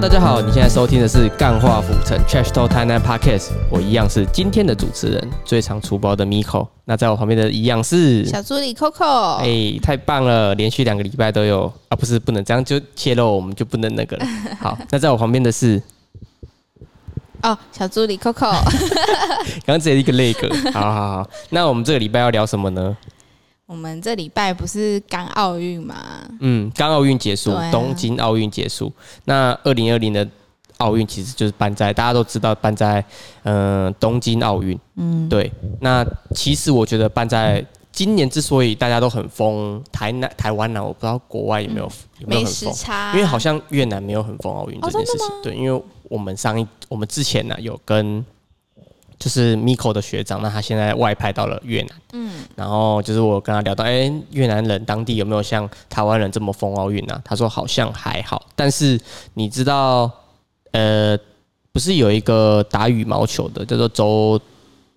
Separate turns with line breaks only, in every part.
大家好，你现在收听的是《干话浮城 Trash Talk 台南 Podcast》，我一样是今天的主持人，最常出包的 Miko。那在我旁边的一样是，
小助理 Coco，、
哎、太棒了，连续两个礼拜都有啊，不是不能这样就泄露，我们就不能那个了。好，那在我旁边的是，
哦，小助理 Coco，
刚刚只有一个那个，好好好。那我们这个礼拜要聊什么呢？
我们这礼拜不是刚奥运吗？
嗯，刚奥运结束，
对啊
东京奥运结束。那二零二零的奥运其实就是办在大家都知道办在嗯、呃东京奥运，嗯，对。那其实我觉得办在今年之所以大家都很疯，台南台湾啊呢、我不知道国外有没有、有没有
没
很
时
疯，
差，
因为好像越南没有很疯奥运
哦
这件事情。对，因为我们上一我们之前呢、有跟就是 Miko 的学长，那他现在外派到了越南。
嗯，
然后就是我跟他聊到，哎、越南人当地有没有像台湾人这么疯奥运啊？他说好像还好，但是你知道，呃，不是有一个打羽毛球的叫做周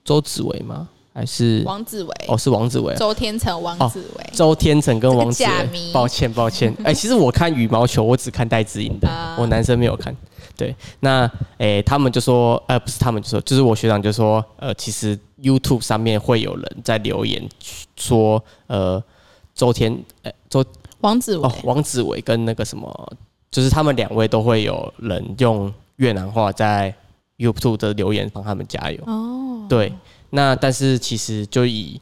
周子维吗？还是
王子维、
哦是哦王子维啊？
周天成、王子维、
周天成跟王子
这个假
维，
迷
抱歉抱 歉，哎、其实我看羽毛球，我只看戴资颖的，
啊
我男生没有看。对，那哎、他们就说，呃，不是他们就说，就是我学长就说，呃，其实 YouTube 上面会有人在留言说，呃，周天，呃，周
王子维、
哦，王子维跟那个什么，就是他们两位都会有人用越南话在 YouTube 的留言帮他们加油。
哦，
对，那但是其实就以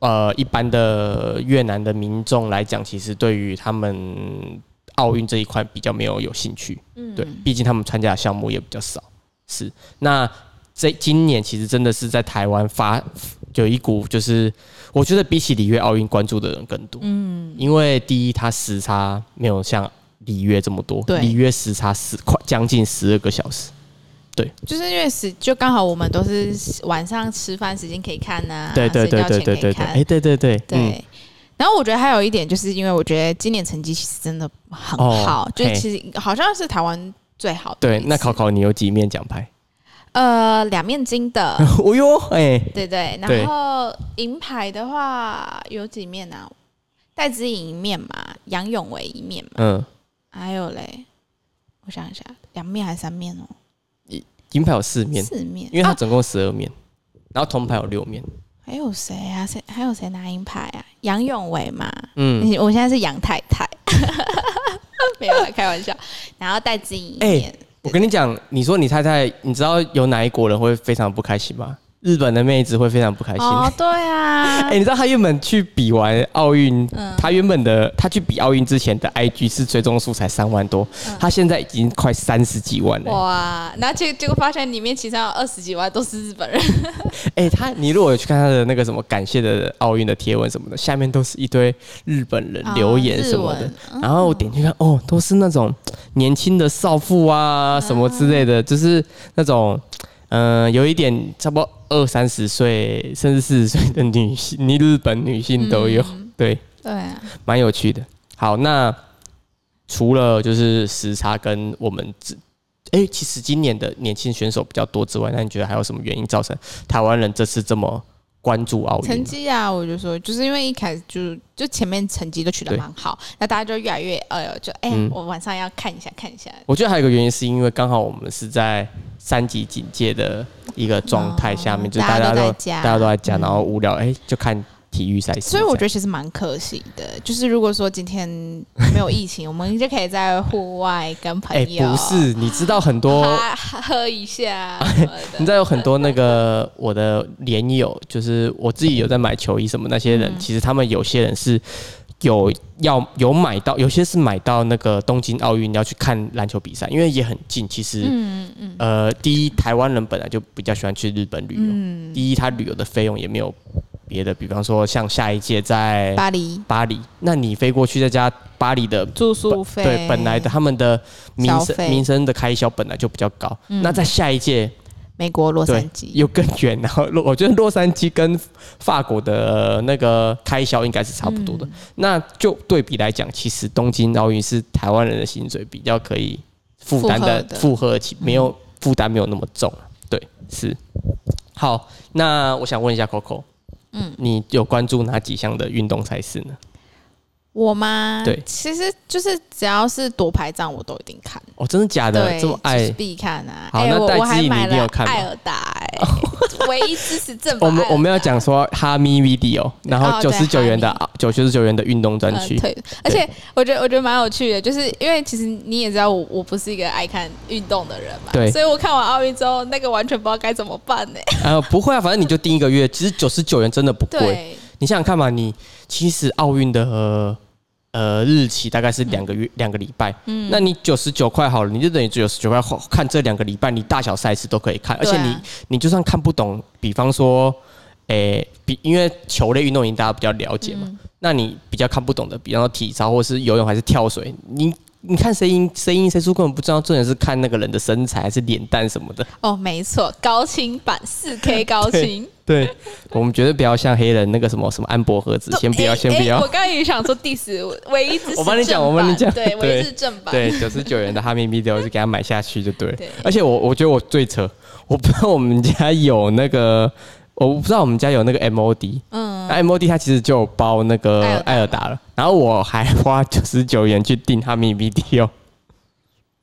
呃一般的越南的民众来讲，其实对于他们奥运这一块比较没有有兴趣，
嗯
对，毕竟他们参加的项目也比较少。是，那这今年其实真的是在台湾发有一股，就是我觉得比起里约奥运关注的人更多，嗯，因为第一它时差没有像里约这么多，
对
里约时差十快将近十二个小时，
就是因为时就刚好我们都是晚上吃饭时间可以看呐、
对对对对
睡觉
对对
前可啊以
对，
看，
哎对对对，
对。然后我觉得还有一点，就是因为我觉得今年成绩其实真的很
哦
好，就是
嘿
其实好像是台湾最好的一
对，
次。
那考考你有几面奖牌？
呃两面金的，
哦哟，哎，
对对，
对
然后银牌的话有几面啊？戴资颖一面嘛，杨永维一面嘛，
嗯，
还有嘞，我想一下，两面还是三面哦？
银牌有四面，
四面，
因为它
啊、
总共十二面，然后铜牌有六面。
还有谁啊？谁还有谁拿银牌啊？杨永维嘛，
嗯，
你我现在是杨太太， 没有啦开玩笑。然后戴资颖一面，
哎我跟你讲，你说你太太，你知道有哪一国人会非常不开心吗？日本的妹子会非常不开心。
哦，对啊
哎、，你知道她原本去比完奥运，
嗯
她原本的她去比奥运之前的 IG 是追踪数才三万多，
嗯
她现在已经快三十几万了、
哇，然后结结果发现里面其实有二十几万都是日本人，
哎、他你如果有去看他的那个什么感谢的奥运的贴文什么的，下面都是一堆日本人
啊
留言什么的
日文，嗯
然后我点进去看，哦，都是那种年轻的少妇啊什么之类的，就是那种嗯、呃有一点差不多二三十岁甚至四十岁的女性，你日本女性都有，对，
对啊，
蛮有趣的。好，那除了就是时差跟我们自，哎、其实今年的年轻选手比较多之外，那你觉得还有什么原因造成台湾人这次这么关注奥运
成
呢？
绩啊，我就说，就是因为一开始就就前面成绩都取得
对
蛮好，那大家就越来越呃，就哎、
嗯
我晚上要看一下看一下，
我觉得还有一个原因是因为刚好我们是在三级警戒的一个状态下面，
哦
就是大家
大家
都
都在家
大家都在家，然后无聊，哎、就看体育赛事。
所以我
得
觉得其实蛮可惜的。就是如果说今天没有疫情，我们就可以在户外跟 朋
哎、
友，
不是，你知道很多
哈喝一下什么
你
的，
知道有很多那个我的连友，就是我自己有在买球衣什么那些
嗯
人，其实他们有些人是有要有买到，有些是买到那个东京奥运要去看篮球比赛，因为也很近。其实，
嗯嗯
呃，第一，台湾人本来就比较喜欢去日本旅游，
嗯，
第一，他旅游的费用也没有别的，比方说像下一届在
巴黎
巴黎，那你飞过去再加巴黎的
住宿费，
对，本来的他们的民
消
生
费嗯
民生的开销本来就比较高，那在下一届
美国洛
对
杉，矶，
又更远。然后洛，我觉得洛杉矶跟法国的呃那个开销应该是差不多的。
嗯
那就对比来讲，其实东京奥运是台湾人的薪水比较可以负担的
负荷，的
负荷起没有负担没有那么重。对，是。好，那我想问一下 Coco，嗯，你有关注哪几项的运动赛事呢？
我吗？
对
其实就是只要是夺牌战，我都一定看。
哦，真的假的？
对，
这么
就
爱
是？必看啊！
好
哎
那
我
戴
我
资
还
颖你一
买
定
了
有看吧哦
艾尔达、哎，唯一支持正
我
版艾尔达。
们我们要讲说哈咪 video，然后
哦
九
对
十九元
哈
的九十九元的运动专
呃
区，
退，而且我觉得我觉得蛮有趣的，就是因为其实你也知道我我不是一个爱看运动的人嘛，
对
所以我看完奥运之后，那个完全不知道该怎么办呢、
呃，不会啊，反正你就定一个月，其实九十九元真的 不贵。
对，
你想想看嘛，你其实奥运的呃呃日期大概是两个月两、个礼拜，嗯，那你九十九块好了，你就等于九十九块花看这两个礼拜，你大小赛事都可以看，而
对啊
且你你就算看不懂，比方说。诶、比因为球类运动，大家比较了解嘛。那你比较看不懂的，比方说体操或是游泳还是跳水，你你看谁赢谁赢谁输根本不知道，重点是看那个人的身材还是脸蛋什么的。
哦，没错，高清版四 K 高清，
对，我们绝对不要像黑人那个什么什么安博盒子，先不要，
哎
先不
哎
要
我。刚刚也想说第十，唯一支持
我帮你讲
正版
我帮你讲
对，
对
唯一支持正版，
对，九十九元的哈密 video 就给他买下去就对了
对。
而且我我觉得我最扯，我不知道我们家有那个，我不知道我们家有那个 MOD，
嗯，
那 MOD 它其实就有包那个
艾尔达
艾尔达了，然后我还花九十九元去订哈密 video。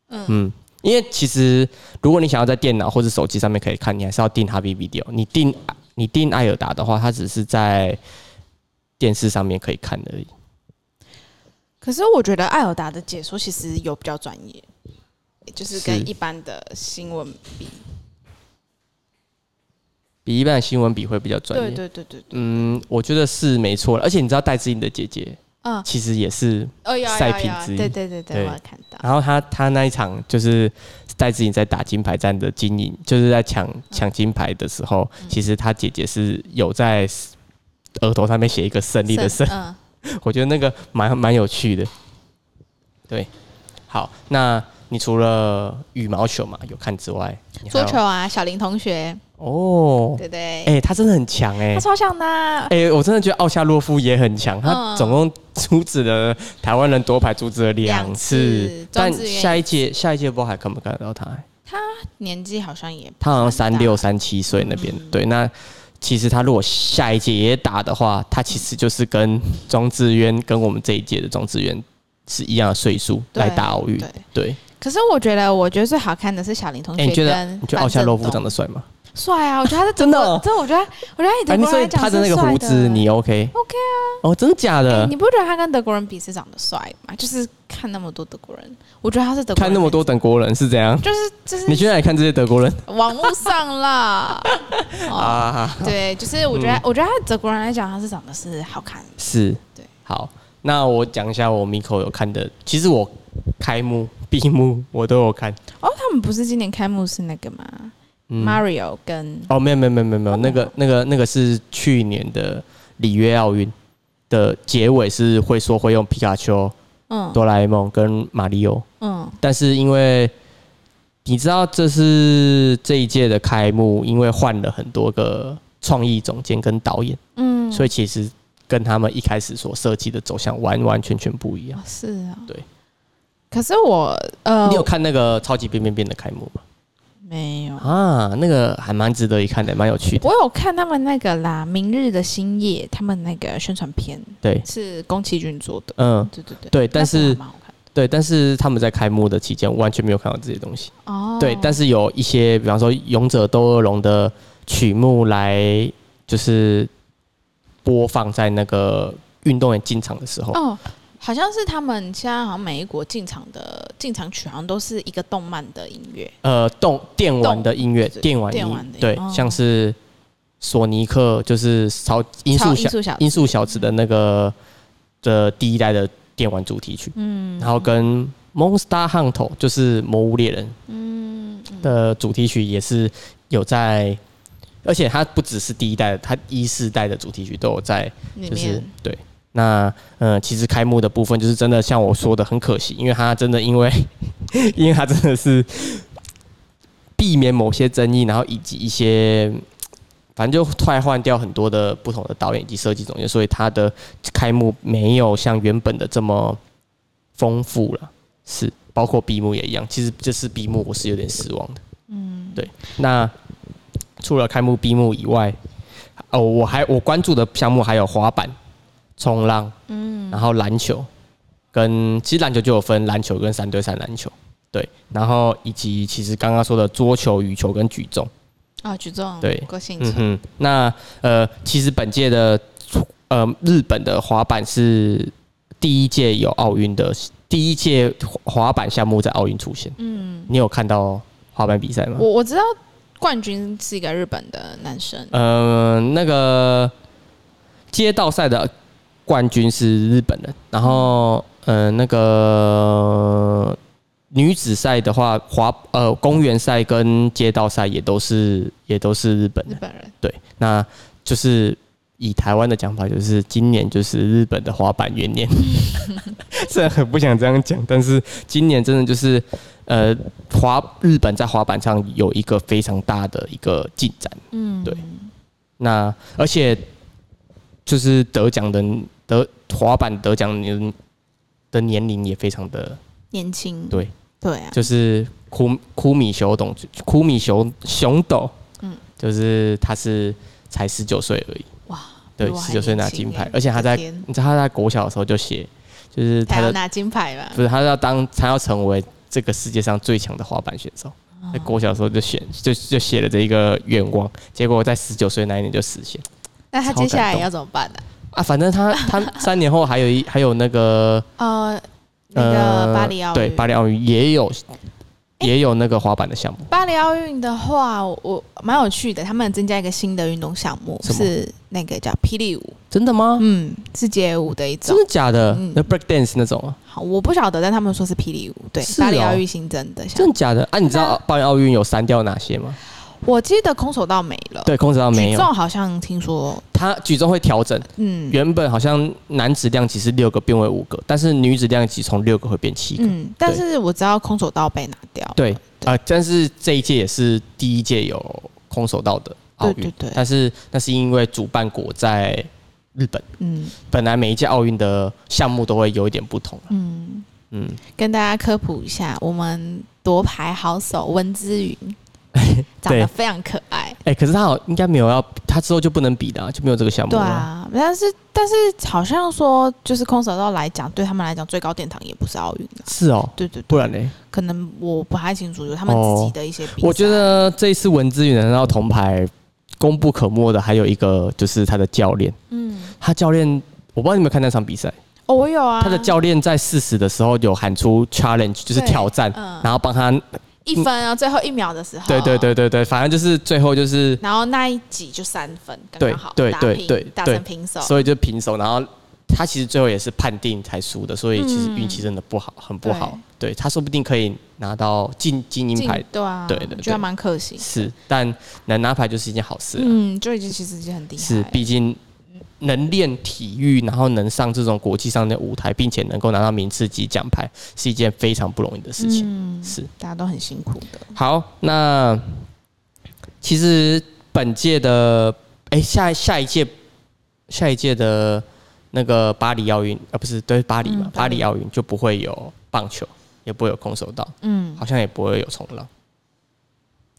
嗯
嗯，因为其实如果你想要在电脑或者手机上面可以看，你还是要订哈密 video。你订你订艾尔达的话，它只是在电视上面可以看而已。
可是我觉得艾尔达的解说其实有比较专业，就是
是
跟一般的新闻比，
比一般的新闻比会比较专业。
对对对对对，
嗯，我觉得是没错啦。而且你知道戴志颖的姐姐
嗯，
其实也是，
哦，有啊有
赛
啊
品
有啊，
之一
对对对
对
对，我有看到。
然后她她那一场就是戴志颖在打金牌战的金银，就是在抢
嗯
抢金牌的时候，其实她姐姐是有在额头上面写一个胜利的胜，
嗯，
我觉得那个蛮蛮有趣的。对，好，那你除了羽毛球嘛有看之外，你还
桌
有
球啊，小林同学，
哦，
对不对？
哎、她真的很强哎、
他超像的啊，
哎、我真的觉得奥夏洛夫也很强，他
嗯
总共阻止了台湾人夺牌，阻止了两次。
两次
但
庄智渊
下一届下一届不知道还看不看得到他、欸
年纪好像也不嗯
他好像
算
三
大
六三七岁那边。对，那其实他如果下一届也打的话，他其实就是跟庄智渊跟我们这一届的庄智渊是一样的岁数
对
来打奥运
对。，
对，
可是我觉得，我觉得最好看的是小林同
哎、
学
你觉得
跟
你觉得奥夏洛夫长
得
得帅吗？
帅啊？我觉得他 是
真的哦
德国这我觉得，我觉得他以
哎
德国
所
人
以
来讲
他
是
的那个
帅
胡子你 OK？
OK 啊？
哦，真的假的
哎你？不觉得他跟德国人比是长得帅吗？就是看那么多德国人，我觉得他是德国人
看那么多等国人是怎样？
就是就是
你去哪里看这些德国人
网络 上啦。哦，
啊？嗯
对，就是我觉得，我觉得他德国人来讲，他是长得是好看的。
是，
对，
好，那我讲一下我 Miko 有看的，其实我开幕、闭幕我都有看。
哦，他们不是今年开幕是那个吗、m
嗯
a r i o 跟
哦，没有没有没有没有没有，那个那个那个是去年的里约奥运的结尾是会说会用皮卡丘、
嗯
哆啦 A 梦跟马里奥，
嗯
但是因为你知道这是这一届的开幕，因为换了很多个创意总监跟导演，
嗯，
所以其实跟他们一开始所设计的走向完完全全不一样。
哦是啊，
对。
可是我呃
你有看那个超级变变变的开幕吗？
没有？
啊，那个还蛮值得一看的，蛮有趣的。
我有看他们那个啦，《明日的星夜》，他们那个宣传片
对，
是宫崎骏做的，
嗯，
对对对，
对
那
但是
部还蛮好看
对，但是他们在开幕的期间完全没有看到这些东西。
的哦，
对，但是有一些，比方说《勇者斗恶龙》的曲目来，就是播放在那个运动员进场的时候。
哦，好像是他们现在好像每一国进场的进场曲好像都是一个动漫的音乐，
呃，动电玩的音乐，
动
电玩音
电玩的音
对，
哦
像是索尼克，就是超音
超
速
音
小
速小
音速小子的那个的第一代的电玩主题曲，嗯，然后跟 Monster Hunt 就是魔物猎人，嗯的主题曲也是有在，而且它不只是第一代的，它一四代的主题曲都有在，
里
就是
面
对。那嗯、呃其实开幕的部分就是真的像我说的很可惜，因为它真的因为因为它真的是避免某些争议，然后以及一些反正就汰换掉很多的不同的导演以及设计总监，所以它的开幕没有像原本的这么丰富了。是，包括闭幕也一样。其实这次闭幕我是有点失望的。嗯，对。那除了开幕、闭幕以外，哦，我还我关注的项目还有滑板、冲浪，嗯，然后篮球，跟其实篮球就有分篮球跟三对三篮球，对，然后以及其实刚刚说的桌球、羽球跟举重，
啊，举重
对
郭兴
嗯
存，
哼，那呃，其实本届的呃日本的滑板是第一届有奥运的第一届滑板项目在奥运出现，嗯，你有看到滑板比赛吗？
我我知道冠军是一个日本的男生，
呃，那个街道赛的冠军是日本人，然后呃，那个女子赛的话，滑呃公园赛跟街道赛也都是也都是日本
日
人。
本人，
对，那就是以台湾的讲法，就是今年就是日本的滑板元年。 虽然很不想这样讲，但是今年真的就是呃，滑日本在滑板上有一个非常大的一个进展。
嗯，
对那而且就是得奖的得滑板得奖的的年龄也非常的，
年轻，
对
对啊，
就是库库米熊斗库米熊熊斗，
嗯
嗯，就是他是才十九岁而已，
哇，
对
比，我还
十九岁拿
年轻
金牌
耶，
而且他
我的
在
天
你知道他在国小的时候就写，就是
他
他
要
的
拿金牌了，
不是他要当他要成为这个世界上最强的滑板选手，
哦
在国小的时候就选就就写了这一个愿望，结果在十九岁那一年就实现。
那他
超
接下
感
来
动
要怎么办呢？
啊，反正他他三年后还有一还有那个
呃，那个
呃
巴黎奥运，
对巴黎奥运也有也有那个滑板的项目，
巴黎奥运的话，我我蛮有趣的，他们增加一个新的运动项目，
什么
是那个叫霹雳舞，
真的吗？
嗯，是街舞的一种
真。的假的
嗯？
那 break dance 那种啊？
好，我不晓得，但他们说是霹雳舞，对，
是哦
巴黎奥运新增的项目。
真的假的？啊，你知道巴黎奥运有删掉哪些吗？
我记得空手道没了，
对，空手道没
呃举
有，
重好像听说，
它举重会调整，
嗯
原本好像男子量级是六个变为五个，但是女子量级从六个会变七个。
嗯，但是我知道空手道被拿掉，
对，啊，但是这一届也是第一届有空手道的奥
对
运
对对，
但是那是因为主办国在日本。
嗯
本来每一届奥运的项目都会有一点不同了啊
嗯，
嗯，
跟大家科普一下，我们夺牌好手温 之云长得
对
非常可爱，
哎、可是他好应该没有要，他之后就不能比了啊，就没有这个项目
对
了。
啊，但是但是好像说，就是空手道来讲，对他们来讲，最高殿堂也不是奥运啊。
是哦，
对对
不
对，
然呢？
可能我不太清楚，有他们
哦
自己的一些比赛。
我觉得这一次文之宇拿到铜牌，功不可没的还有一个就是他的教练，
嗯，
他教练我不知道你有没有看那场比赛，
哦，我有啊，
他的教练在四十的时候有喊出 challenge，就是
对
挑战，
嗯哦
然后帮他，
一分啊，最后一秒的时候，
对对，对对对，反正就是最后就是，
然后那一集就三分，刚
对
刚好，
对
打
对
平
对
打
对
成平手，
所以就平手，然后。他其实最后也是判定才输的，所以其实
嗯
运气真的不好，很不好。对他说不定可以拿到金金银
进
牌，
对啊，
对对对
觉得蛮可惜，
是，啊但能拿牌就是一件好事啊、
嗯，就已经其实已经很厉害
是，
了，
毕竟能练体育，然后能上这种国际上的舞台，并且能够拿到名次及奖牌，是一件非常不容易的事情。
嗯，
是
大家都很辛苦的，
好，那其实本届的，哎、下下一届，下一届的那个巴黎奥运，啊，不是对巴黎嘛，
嗯巴
巴
黎
黎奥运就不会有棒球，也不会有空手道，
嗯，
好像也不会有冲浪，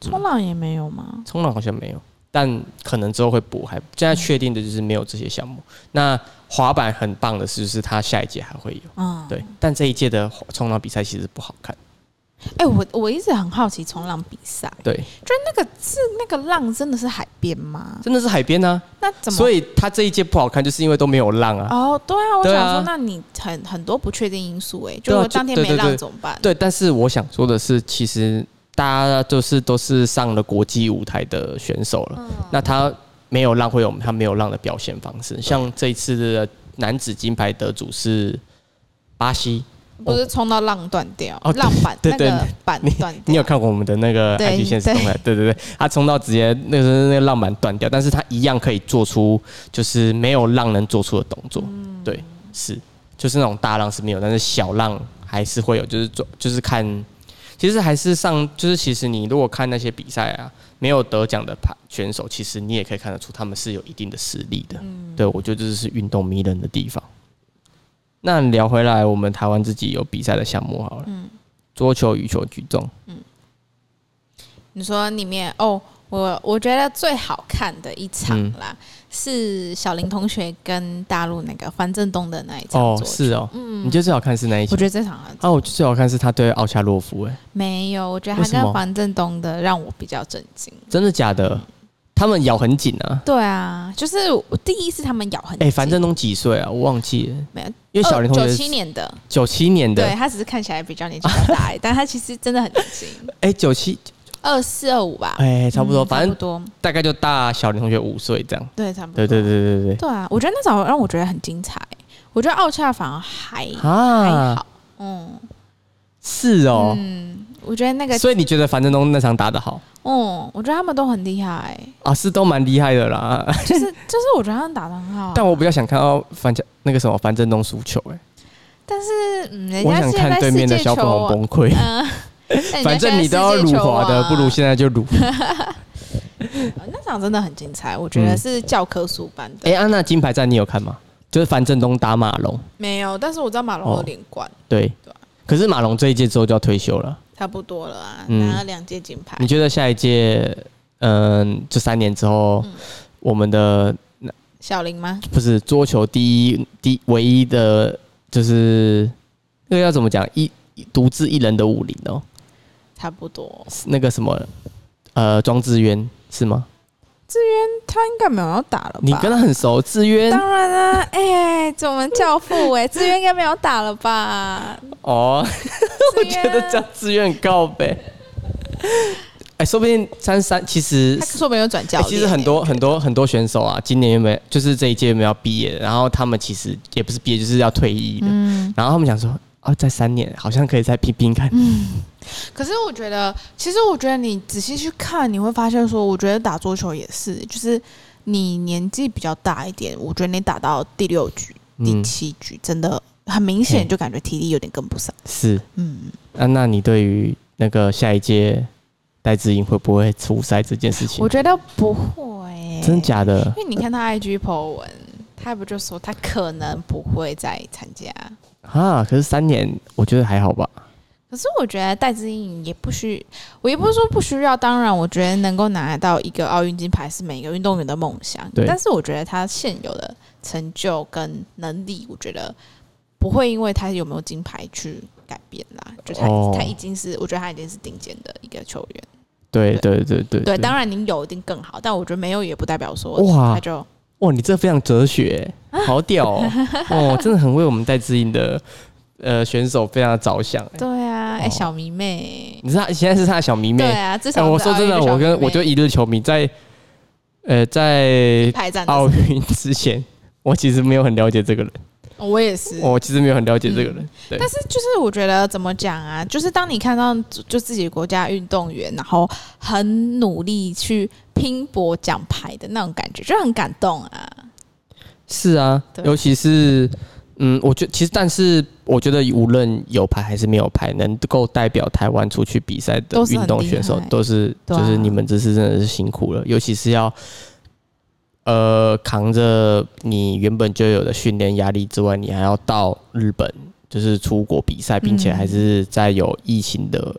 冲浪也没有吗？
冲浪好像没有，但可能之后会补，还现在确定的就是没有这些项目。那滑板很棒的是，就是它下一届还会有，
嗯，
对。但这一届的滑冲浪比赛其实不好看，
哎、我我一直很好奇冲浪比赛，
对，
那个是那个浪真的是海边吗？
真的是海边呢、
那怎么？
所以它这一届不好看，就是因为都没有浪啊。
哦，对啊，我
对
想
啊
说，那你很很多不确定因素哎、就
对
如
啊
果
就
当天
对
没
对
浪
对
怎么办？
对，但是我想说的是，其实大家就是都是上了国际舞台的选手
嗯
了，那他没有浪会有他没有浪的表现方
嗯
式，像这一次的男子金牌得主是巴西，
不是冲到浪断掉，
哦哦对
浪板
对对
那个板断掉。
你有看过我们的那个
对
IG 现实动态？对对对，他冲到直接那个时候那个浪板断掉，但是他一样可以做出就是没有浪能做出的动作。对，是就是那种大浪是没有，但是小浪还是会有，就是做就是看，其实还是上就是其实你如果看那些比赛啊，没有得奖的牌选手，其实你也可以看得出他们是有一定的实力的。对，我觉得这就是运动迷人的地方。那聊回来，我们台湾自己有比赛的项目好了，桌球、羽球、举重。嗯
你说里面哦，我我觉得最好看的一场啦，是小林同学跟大陆那个樊振东的那一场
哦
做，的嗯
是哦，你觉得最好看是哪一
我
集？
觉得这场好像
啊，我觉得最好看是他对奥恰洛夫、欸，哎，
没有，我觉得
为
他
什么
跟樊振东的让我比较震惊。
真的假的？他们咬很紧啊。
对啊，就是我第一是他们咬很紧，
哎、樊振东几岁啊？我忘记了，
没有，哦
因为小林同
九
学
七
是
年的，
九七年的，
对他只是看起来比较年纪比较大 一点，但他其实真的很年轻，
哎，九七，
二四二五吧，
哎，差不多，
嗯
反
差
正
不多，
大概就大小林同学五岁这样。
对，差不多，
对对对对对
对啊，我觉得那场让我觉得很精彩，我觉得奥恰反而还还
啊，
好，嗯
是哦，
嗯，我觉得那个，
所以你觉得樊振东那场打得好
嗯，我觉得他们都很厉害，
啊？是都蛮厉害的啦，
就是就是我觉得他们打的很好啊，
但我比较想看到樊振那个什么樊振东输球、欸，
但是嗯，人
我
家
想
现在
看对
世
面的
界
小
球
粉红
王，
崩溃。
嗯，但人家
反正你
现
都要
在世界
辱
球
华的，
王啊
不如现在就辱。
那场真的很精彩，我觉得是教科书般 的。
哎、安娜金牌战你有看吗？就是樊振东打马龙，
没有，但是我知道马龙
哦
有连冠，
对
对啊。
可是马龙这一届之后就要退休了，
差不多了啊，
嗯
拿了两届金牌
你。觉得下一届，嗯，这三年之
嗯
后，我们的
小林吗？
不是桌球第一第唯一的，就是那个要怎么讲，一独自一人的武林哦，
差不多，
是那个什么，呃，庄智渊是吗？
他应该没有要打了吧？
你跟他很熟，智渊
当然啦、 哎、这我们教父哎、志愿应该没有打了吧？
哦， 我
志
觉
渊啊
得这样志愿很告呗。 哎，说不定三三其实
他说没有转教
欸
练欸、
其实很多很多很多选手啊，今年原本就是这一届没有要毕业，然后他们其实也不是毕业，就是要退役的。然后他们想说，啊，在三年好像可以再拼拼看。
可是我觉得，其实我觉得你仔细去看，你会发现说，我觉得打桌球也是，就是你年纪比较大一点，我觉得你打到第六局、第
嗯，
七局，真的很明显就感觉体力有点跟不上。
是
嗯，
啊，那你对于那个下一届戴志颖会不会出赛这件事情
我，觉得不会、欸，
真假的？
因为你看他 IG po 文，他不就说他可能不会再参加。
啊，可是三年我觉得还好吧。
可是我觉得戴资颖也不需，我也不是说不需要。当然，我觉得能够拿到一个奥运金牌是每个运动员的梦想。
对
但是我觉得他现有的成就跟能力，我觉得不会因为他有没有金牌去改变啦。就他、
哦
他已经是，我觉得他已经是顶尖的一个球员。
对对对对
对，当然你有一定更好，但我觉得没有也不代表说
哇
他就
哇，你这非常哲学，好屌 哦！哦，真的很为我们戴志颖的呃选手非常的着想。
对啊，哎、
哦
小迷妹，
你知道现在是他的小迷妹
对，啊，至
哎、
少、
我说真的，我跟我就一日球迷在，呃， 在
排战的时候
奥运之前，我其实没有很了解这个人，
哦我也是，
我其实没有很了解这个人。对，
但是就是我觉得怎么讲啊，就是当你看到就自己国家运动员，然后很努力去拼搏奖牌的那种感觉，就很感动啊。
是啊，
对
尤其是嗯，我觉其实，但是我觉得无论有牌还是没有牌，能够代表台湾出去比赛的
都是
运
很
动选手
厉害
都是，
对啊
就是你们这次真的是辛苦了，尤其是要。呃，扛着你原本就有的训练压力之外，你还要到日本，就是出国比赛，并且
嗯
还是在有疫情的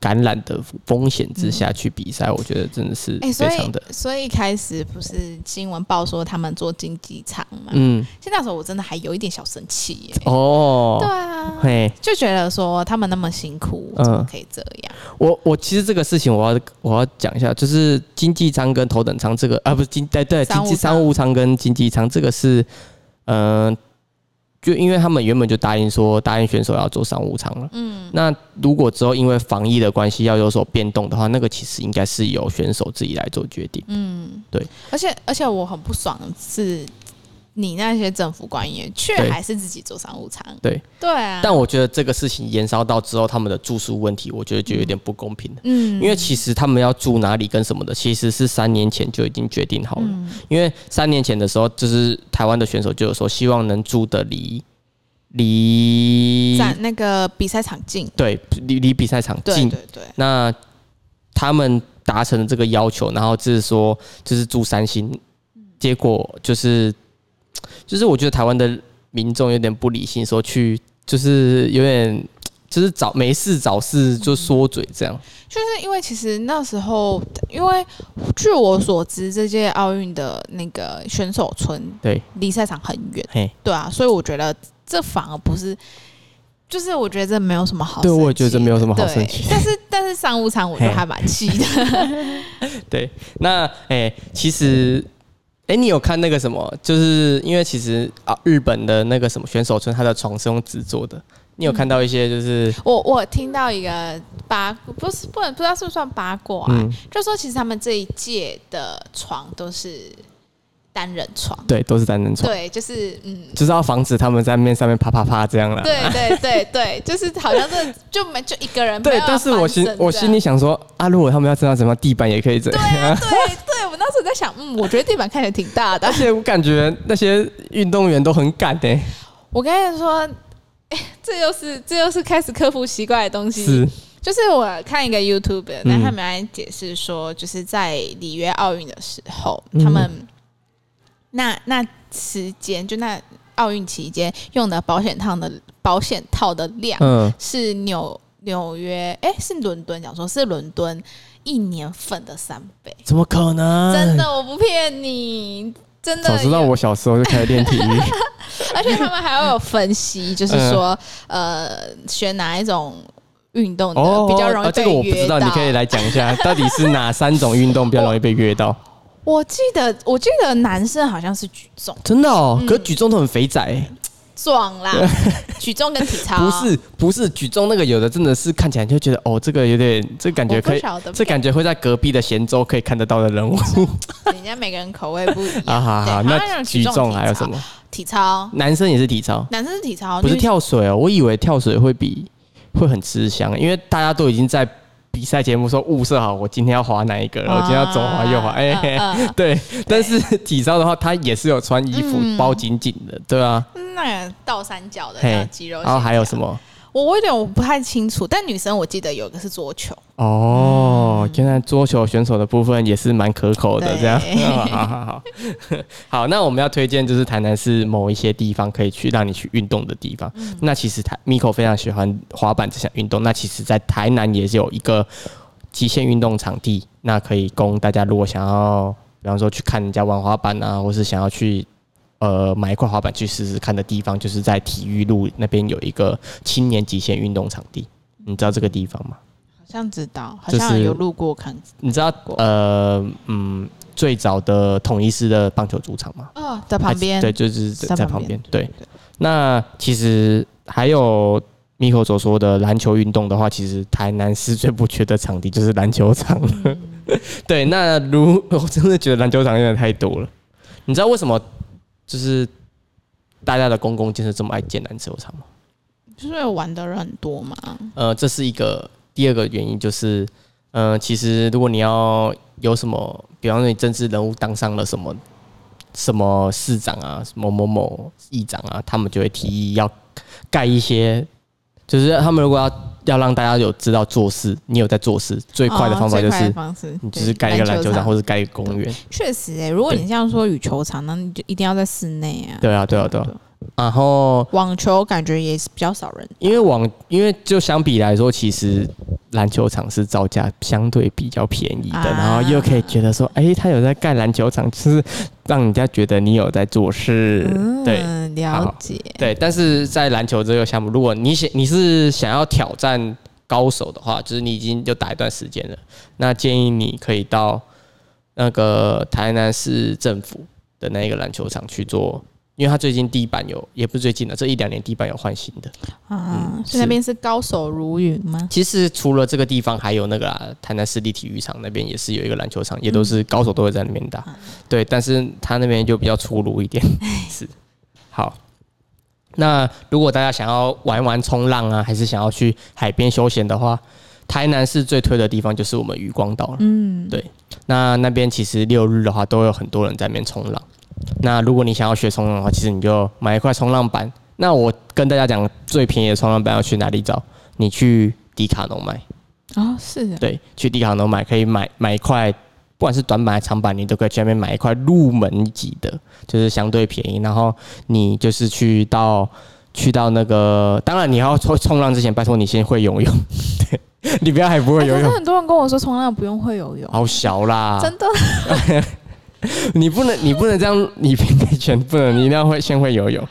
感染的风险之下去比赛，我觉得真的是
嗯哎、
非
所
常的，
以所以一开始不是新闻报说他们做竞技场嘛？
嗯，
其实那时候我真的还有一点小生气耶、对
哦，
啊，
嘿，
就觉得说他们那么辛苦，
嗯
怎么可以这样？
我我其实这个事情我要我要讲一下，就是经济舱跟头等舱这个啊，不是经对对，经
商务舱
济商务舱跟经济舱这个是，嗯、就因为他们原本就答应说答应选手要做商务舱了，嗯，那如果之后因为防疫的关系要有所变动的话，那个其实应该是由选手自己来做决
嗯
定，
而且而且我很不爽的是，你那些政府官员却
对
还是自己做商务舱。
对，
对啊，
但我觉得这个事情延烧到之后他们的住宿问题，我觉得就有点不公平了。
嗯
因为其实他们要住哪里跟什么的，其实是三年前就已经决定好了。
嗯
因为三年前的时候，就是台湾的选手就有说，希望能住的离离
站那个比赛场近，
对离离比赛场
对
近。
对对，
那他们达成了这个要求，然后就是说就是住三星，结果就是就是我觉得台湾的民众有点不理性，说去就是有点就是找没事找事
嗯
就说嘴这样。
就是因为其实那时候，因为据我所知，这届奥运的那个选手村
对，
离赛场很远，
嘿，
对啊，所以我觉得这反而不是，就是我觉得这没有什么好，
对我也觉得这没有什么好生
对
气，
但是但是商务舱我就
嘿
还蛮气的，
对，那哎、其实哎、你有看那个什么？就是因为其实啊，日本的那个什么选手村，它的床是用纸做的。你
嗯
有看到一些就是
我我听到一个八不是不能不知道是不是算八卦、啊，
嗯，
就说其实他们这一届的床都是单人床，
对，都是单人床，
对，就是嗯。
就是要防止他们在面上面啪啪啪这样 啦。
对对对对，就是好像这就没就一个人没
对
有，
但是我心
翻身
我
这
心
样
里想说啊，如果他们要这样，怎么地板也可以这样？
对啊对，我那时候在想，嗯，我觉得地板看起来挺大的啊
而。且我感觉那些运动员都很敢欸呢、
我跟 你说，哎这又是这又是开始克服奇怪的东西。
是
就是我看一个 YouTube，
嗯
那他们来解释说，就是在里约奥运的时候，
嗯
他们那那时间就那奥运期间用的保险套的保险套的量
嗯，
是纽纽约，哎、是伦敦，讲说是伦敦一年份的三倍，
怎么可能？
真的，我不骗你。真的
哎早知道
有
我小时候就开始练体育，
而且他们还会有分析，就是 说，
嗯
呃，选哪一种运动的比较容易
啊这
被
个我不
约
知道，
到。
你可以来讲一下，到底是哪三种运动比较容易被约到？
我记得，我记得男生好像是举重
真的哦，
嗯
可举重都很肥仔、欸
壮 啦，举重跟体操
不是不是举重那个，有的真的是看起来就觉得哦，这个有点，这感觉可以
我不晓得，
这感觉会在隔壁的咸州可以看得到的人物
人家每个人口味不一
啊
样。
哈哈。
对好像
那
有
举重还有什
体操？
么？
体操，
男生也是体操，
男生是体操，
不是
女
跳水哦，我以为跳水会比会很吃香，因为大家都已经在比赛节目说物色好，我今天要滑哪一个了，我今天要左滑右滑，
啊
哎、 嘿
嗯嗯
对，但是体操的话，它也是有穿衣服
嗯
包紧紧的，对啊，
那个倒三角的
嘿
那肌肉，
然后还有什？么？
我我有点我不太清楚，但女生我记得有一个是桌球，
哦，现在桌球选手的部分也是蛮可口的，
对
这样。 好好好好，好，那我们要推荐就是台南市某一些地方可以去让你去运动的地方。那其实台 Miko 非常喜欢滑板这项运动，那其实在台南也是有一个极限运动场地，那可以供大家如果想要，比方说去看人家玩滑板啊，或是想要去。呃，买一块滑板去试试看的地方，就是在体育路那边有一个青年极限运动场地，你知道这个地方吗？
好像知道，好
就是
像有路过看。
你知道呃嗯最早的统一师的棒球主场吗？
哦，在旁边，
对，就是
在
在在旁
旁边
边。对，那其实还有 Miko 所说的篮球运动的话，其实台南市最不缺的场地就是篮球场了。 对，那如 我真的觉得篮球场有点太多了。你知道为什么就是大家的公共建设这么爱建篮球场吗？
就是玩的人很多嘛。
呃，这是一个第二个原因，就是，呃，其实如果你要有什么，比方说你政治人物当上了什么什么市长啊，某某某议长啊，他们就会提议要盖一些，就是他们如果要要让大家有知道做事，你有在做事，最快的方
哦
法
最
就
快的
是。
方式
你就是盖一个篮球场，或。者盖一个公园。
对确实、欸，如果你这样说羽球场，那你就一定要在室内啊。
对啊，对啊，对啊。然后，
网球感觉也是比较少人，
因为网，因为就相比来说，其实篮球场是造价相对比较便宜的，
啊
然后又可以觉得说，哎、他有在盖篮球场，就是让人家觉得你有在做事，
嗯，
对。
了解。
对，但是在篮球这个项目，如果你想你是想要挑战高手的话，就是你已经就打一段时间了，那建议你可以到那个台南市政府的那个篮球场去做，因为它最近地板有，也不是最近的，这一两年地板有换新的。
啊，
嗯
所以那边是高手如云吗？
其实除了这个地方，还有那个啦，台南市立体育场那边也是有一个篮球场，也都是高手都会在那边打。对，但是他那边就比较粗鲁一点。是，好。那如果大家想要玩玩冲浪啊，还是想要去海边休闲的话，台南市最推的地方就是我们渔光岛了。
嗯，
对那那边其实六日的话，都有很多人在那边冲浪。那如果你想要学冲浪的话，其实你就买一块冲浪板。那我跟大家讲，最便宜的冲浪板要去哪里找？你去迪卡侬买。
哦，是的，
对，去迪卡侬买可以买买一块，不管是短板还是长板，你都可以去那边买一块入门级的，就是相对便宜。然后你就是去到去到那个，当然你要冲冲浪之前，拜托你先会游泳， 对啊你不要还不会
哎
游
可是
泳，
很多人跟我说冲浪不用会游泳，
好小啦，
真的。
你不能你不能这样，你平给全不能，你一定要会先会游泳，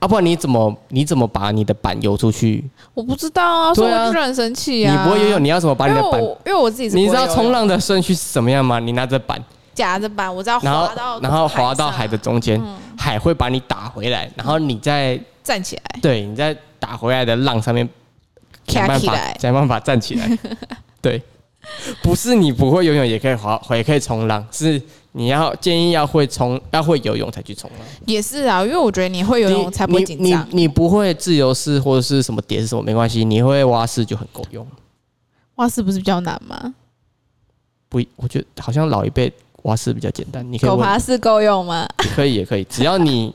啊，不然你怎么你怎么把你的板游出去？
我不知道啊，所以
对啊
我就很生气
你
啊。
不会游泳，你要怎么把你
因为
的板？
我因为我自己是不会
你知道
游泳
冲浪的顺序是怎么样吗？你拿着板，
夹着板，我只要
然后
滑到
然后滑到
上嗯
海的中间，海会把你打回来，然后你再
站起来，
对你在打回来的浪上面想
卡
办
起
法
来，
想办法站起 来。对，不是你不会游泳也可以滑，也可以冲浪，是你要建议要会冲，要会游泳才去冲浪。
也是啊，因为我觉得你会游
你
泳才不会紧张
你。你你不会自由式或者是什么蝶式什么没关系，你会蛙式就很够用。
蛙式不是比较难吗？
不，我觉得好像老一辈蛙式比较简单，你可以
狗
问
爬式够用吗？
可以也可以，只要你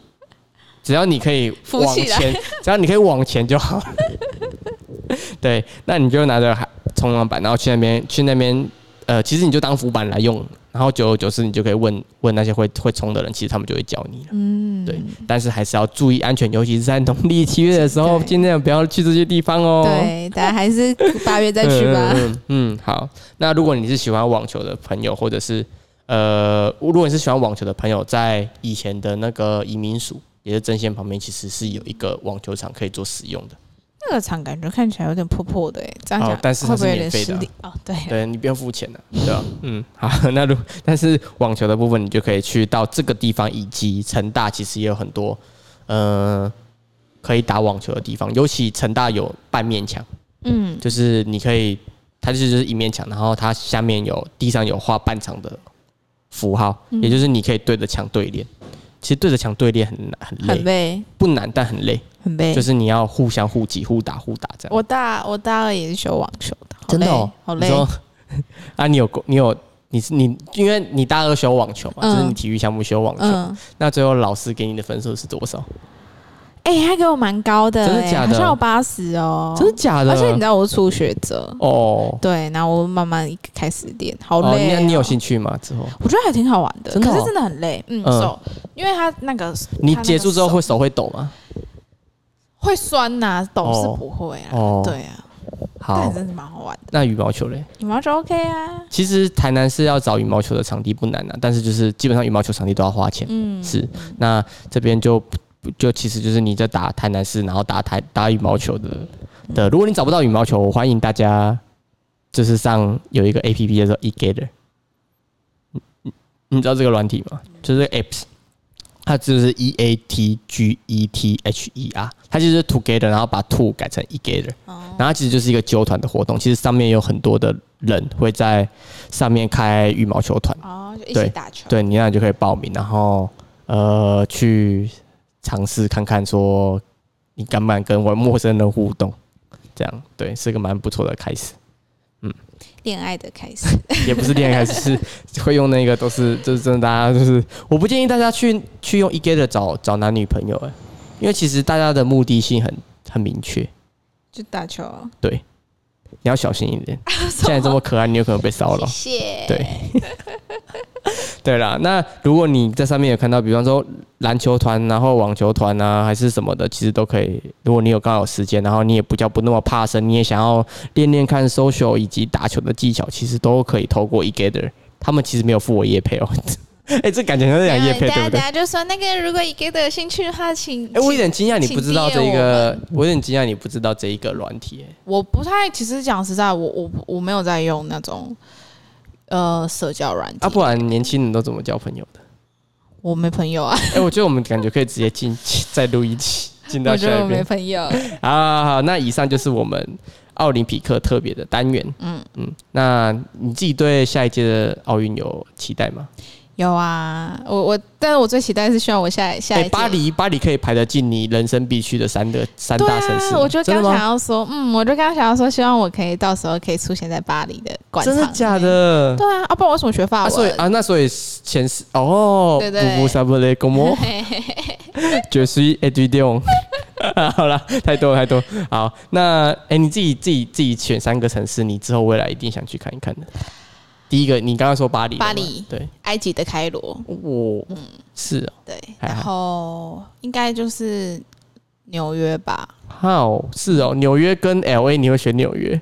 只要你可以
浮
往
起来
前，只要你可以往前就好了。 对，那你就拿着海冲浪板，然后去那边去那边，呃，其实你就当浮板来用，然后久而久之你就可以问问那些会会冲的人，其实他们就会教你了。
嗯，
对，但是还是要注意安全，尤其是在农历七月的时候，
对
尽量不要去这些地方哦。
对，大家还是八月再去 吧。
嗯嗯嗯嗯好。那如果你是喜欢网球的朋友，或者是呃，如果你是喜欢网球的朋友，在以前的那个移民署，也是针线旁边，其实是有一个网球场可以做使用的。
那个场感觉看起来有点破破的欸，这样
哦
讲
但是它
会
是
不会有
免
点
费
失
的啊
礼？哦，对，
对你不用付钱的、对吧、嗯，好。 那如但是网球的部分，你就可以去到这个地方，以及成大其实也有很多呃可以打网球的地方，尤其成大有半面墙。
嗯，
就是你可以，它就是就是一面墙，然后它下面有地上有画半场的符号，
嗯
也就是你可以对着墙对练。其实对着墙对练很难很累，
很累，
不难但很累，
很累。
就是你要互相互挤、互打、互打这样。
我大我大二也是学网球的，好
真的哦
累好
你
累。
说 啊，你有过你有你是你，因为你大二修网球嘛，
嗯
就是你体育项目修网球，
嗯，
那最后老师给你的分数是多少？
哎、他给我蛮高的、欸，
真的假的
好像有八十哦，
真的假的？
而且你知道我是初学者，
哦，
对，然后我慢慢一开始练，好
哦，
累、
那
哦
你有兴趣吗？之后
我觉得还挺好玩的，
真的哦
可是真的很累，嗯，
嗯
手，因为他那个
你
他那个
结束之后
手
会手会抖吗？
会酸呐、抖
哦
是不会啊，
哦
对啊，但
好，
真的蛮好玩的，
那羽毛球嘞？
羽毛球 OK 啊，
其实台南是要找羽毛球的场地不难啊，但是就是基本上羽毛球场地都要花钱。
嗯，
是，那这边就就其实就是你在打台南市，然后打台打羽毛球的
嗯
的。如果你找不到羽毛球，我欢迎大家就是上有一个 A P P 叫做 eGather，你你你知道这个软体吗？就是 Apps。它就是 E A T G E T H E R，它就是 together，然后把 to 改成 egather，
哦，
然后它其实就是一个纠团的活动，其实上面有很多的人会在上面开羽毛球团，
哦，就一
对
起打球，
对，你那你就可以报名，然后呃去尝试看看说你敢不敢跟我陌生人互动，这样对是个蛮不错的开始，
恋爱的开始，
也不是恋爱，只是会用那个都是就是真的，大家就是我不建议大家去去用 e g a 的找找男女朋友、欸，因为其实大家的目的性很很明确，
就打球啊，
你要小心一点，现在这么可爱，你有可能被骚 扰。
谢谢，
对，对啦，那如果你在上面有看到，比方说篮球团，然后网球团啊，还是什么的，其实都可以。如果你有刚好有时间，然后你也比较不那么怕生，你也想要练练看 social 以及打球的技巧，其实都可以透过 eGather。他们其实没有付我业配哦、 哎、这感觉像在
没有
讲业配，对
大家
不对
啊大？家就说那个，如果你给的有兴趣的话，请
哎、我有点惊讶，你
请
不知道这
DM
一个，我有点惊讶你不知道这一个软体、哎
我不太，其实讲实在，我我我没有在用那种呃社交软件
啊，不然年轻人都怎么交朋友的？
我没朋友啊，
哎、我觉得我们感觉可以直接进再录一期，进到
我
下
觉得
一
我
遍
没。朋友。
好好好，那以上就是我们奥林匹克特别的单元。嗯嗯，那你自己对下一届的奥运有期待吗？
有啊，我我，但是我最期待是希望我下一下一
哎、
届
巴黎，巴黎可以排得进你人生必去的三个三
对
大城市
啊，
吗、
我就
真
刚
的
想
吗？
要说，嗯，我就刚想要说，希望我可以到时候可以出现在巴黎的广场。
真的假？的？
对啊，啊，不然我为什么学法
啊，所以
文？
啊，那所以前十哦，
对对
不 s a b l e g o m
嘿嘿嘿
绝对 e d i o n 好了，太多了太多了。好，那哎、你自己自己自己选三个城市，你之后未来一定想去看一看的。第一个，你刚刚说巴黎了嘛，
巴黎
对，
埃及的开罗，
我、是哦
对，
哎
然后应该就是纽约吧，
好，是
嗯
哦，纽约跟 L A 你会选纽约，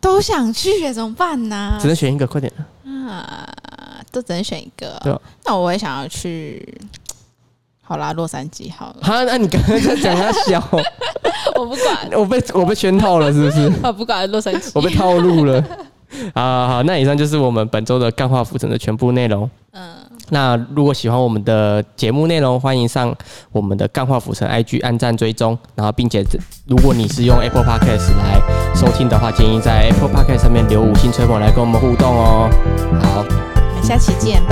都想去耶，怎么办呢
只？能选一个，快点。
啊，都只能选一个
对啊。
那我也想要去，好啦，洛杉矶好了，
哈，那你刚刚在讲他小，
我不管，
我被我被圈套了，是不是？
我不管洛杉矶。
我被套路了。啊，好，那以上就是我们本周的干化浮尘的全部内容。
嗯，
那如果喜欢我们的节目内容，欢迎上我们的干化浮尘 IG 按赞追踪，然后并且如果你是用 Apple Podcast 来收听的话，建议在 Apple Podcast 上面留五星吹捧来跟我们互动哦。好，
我们下期见，拜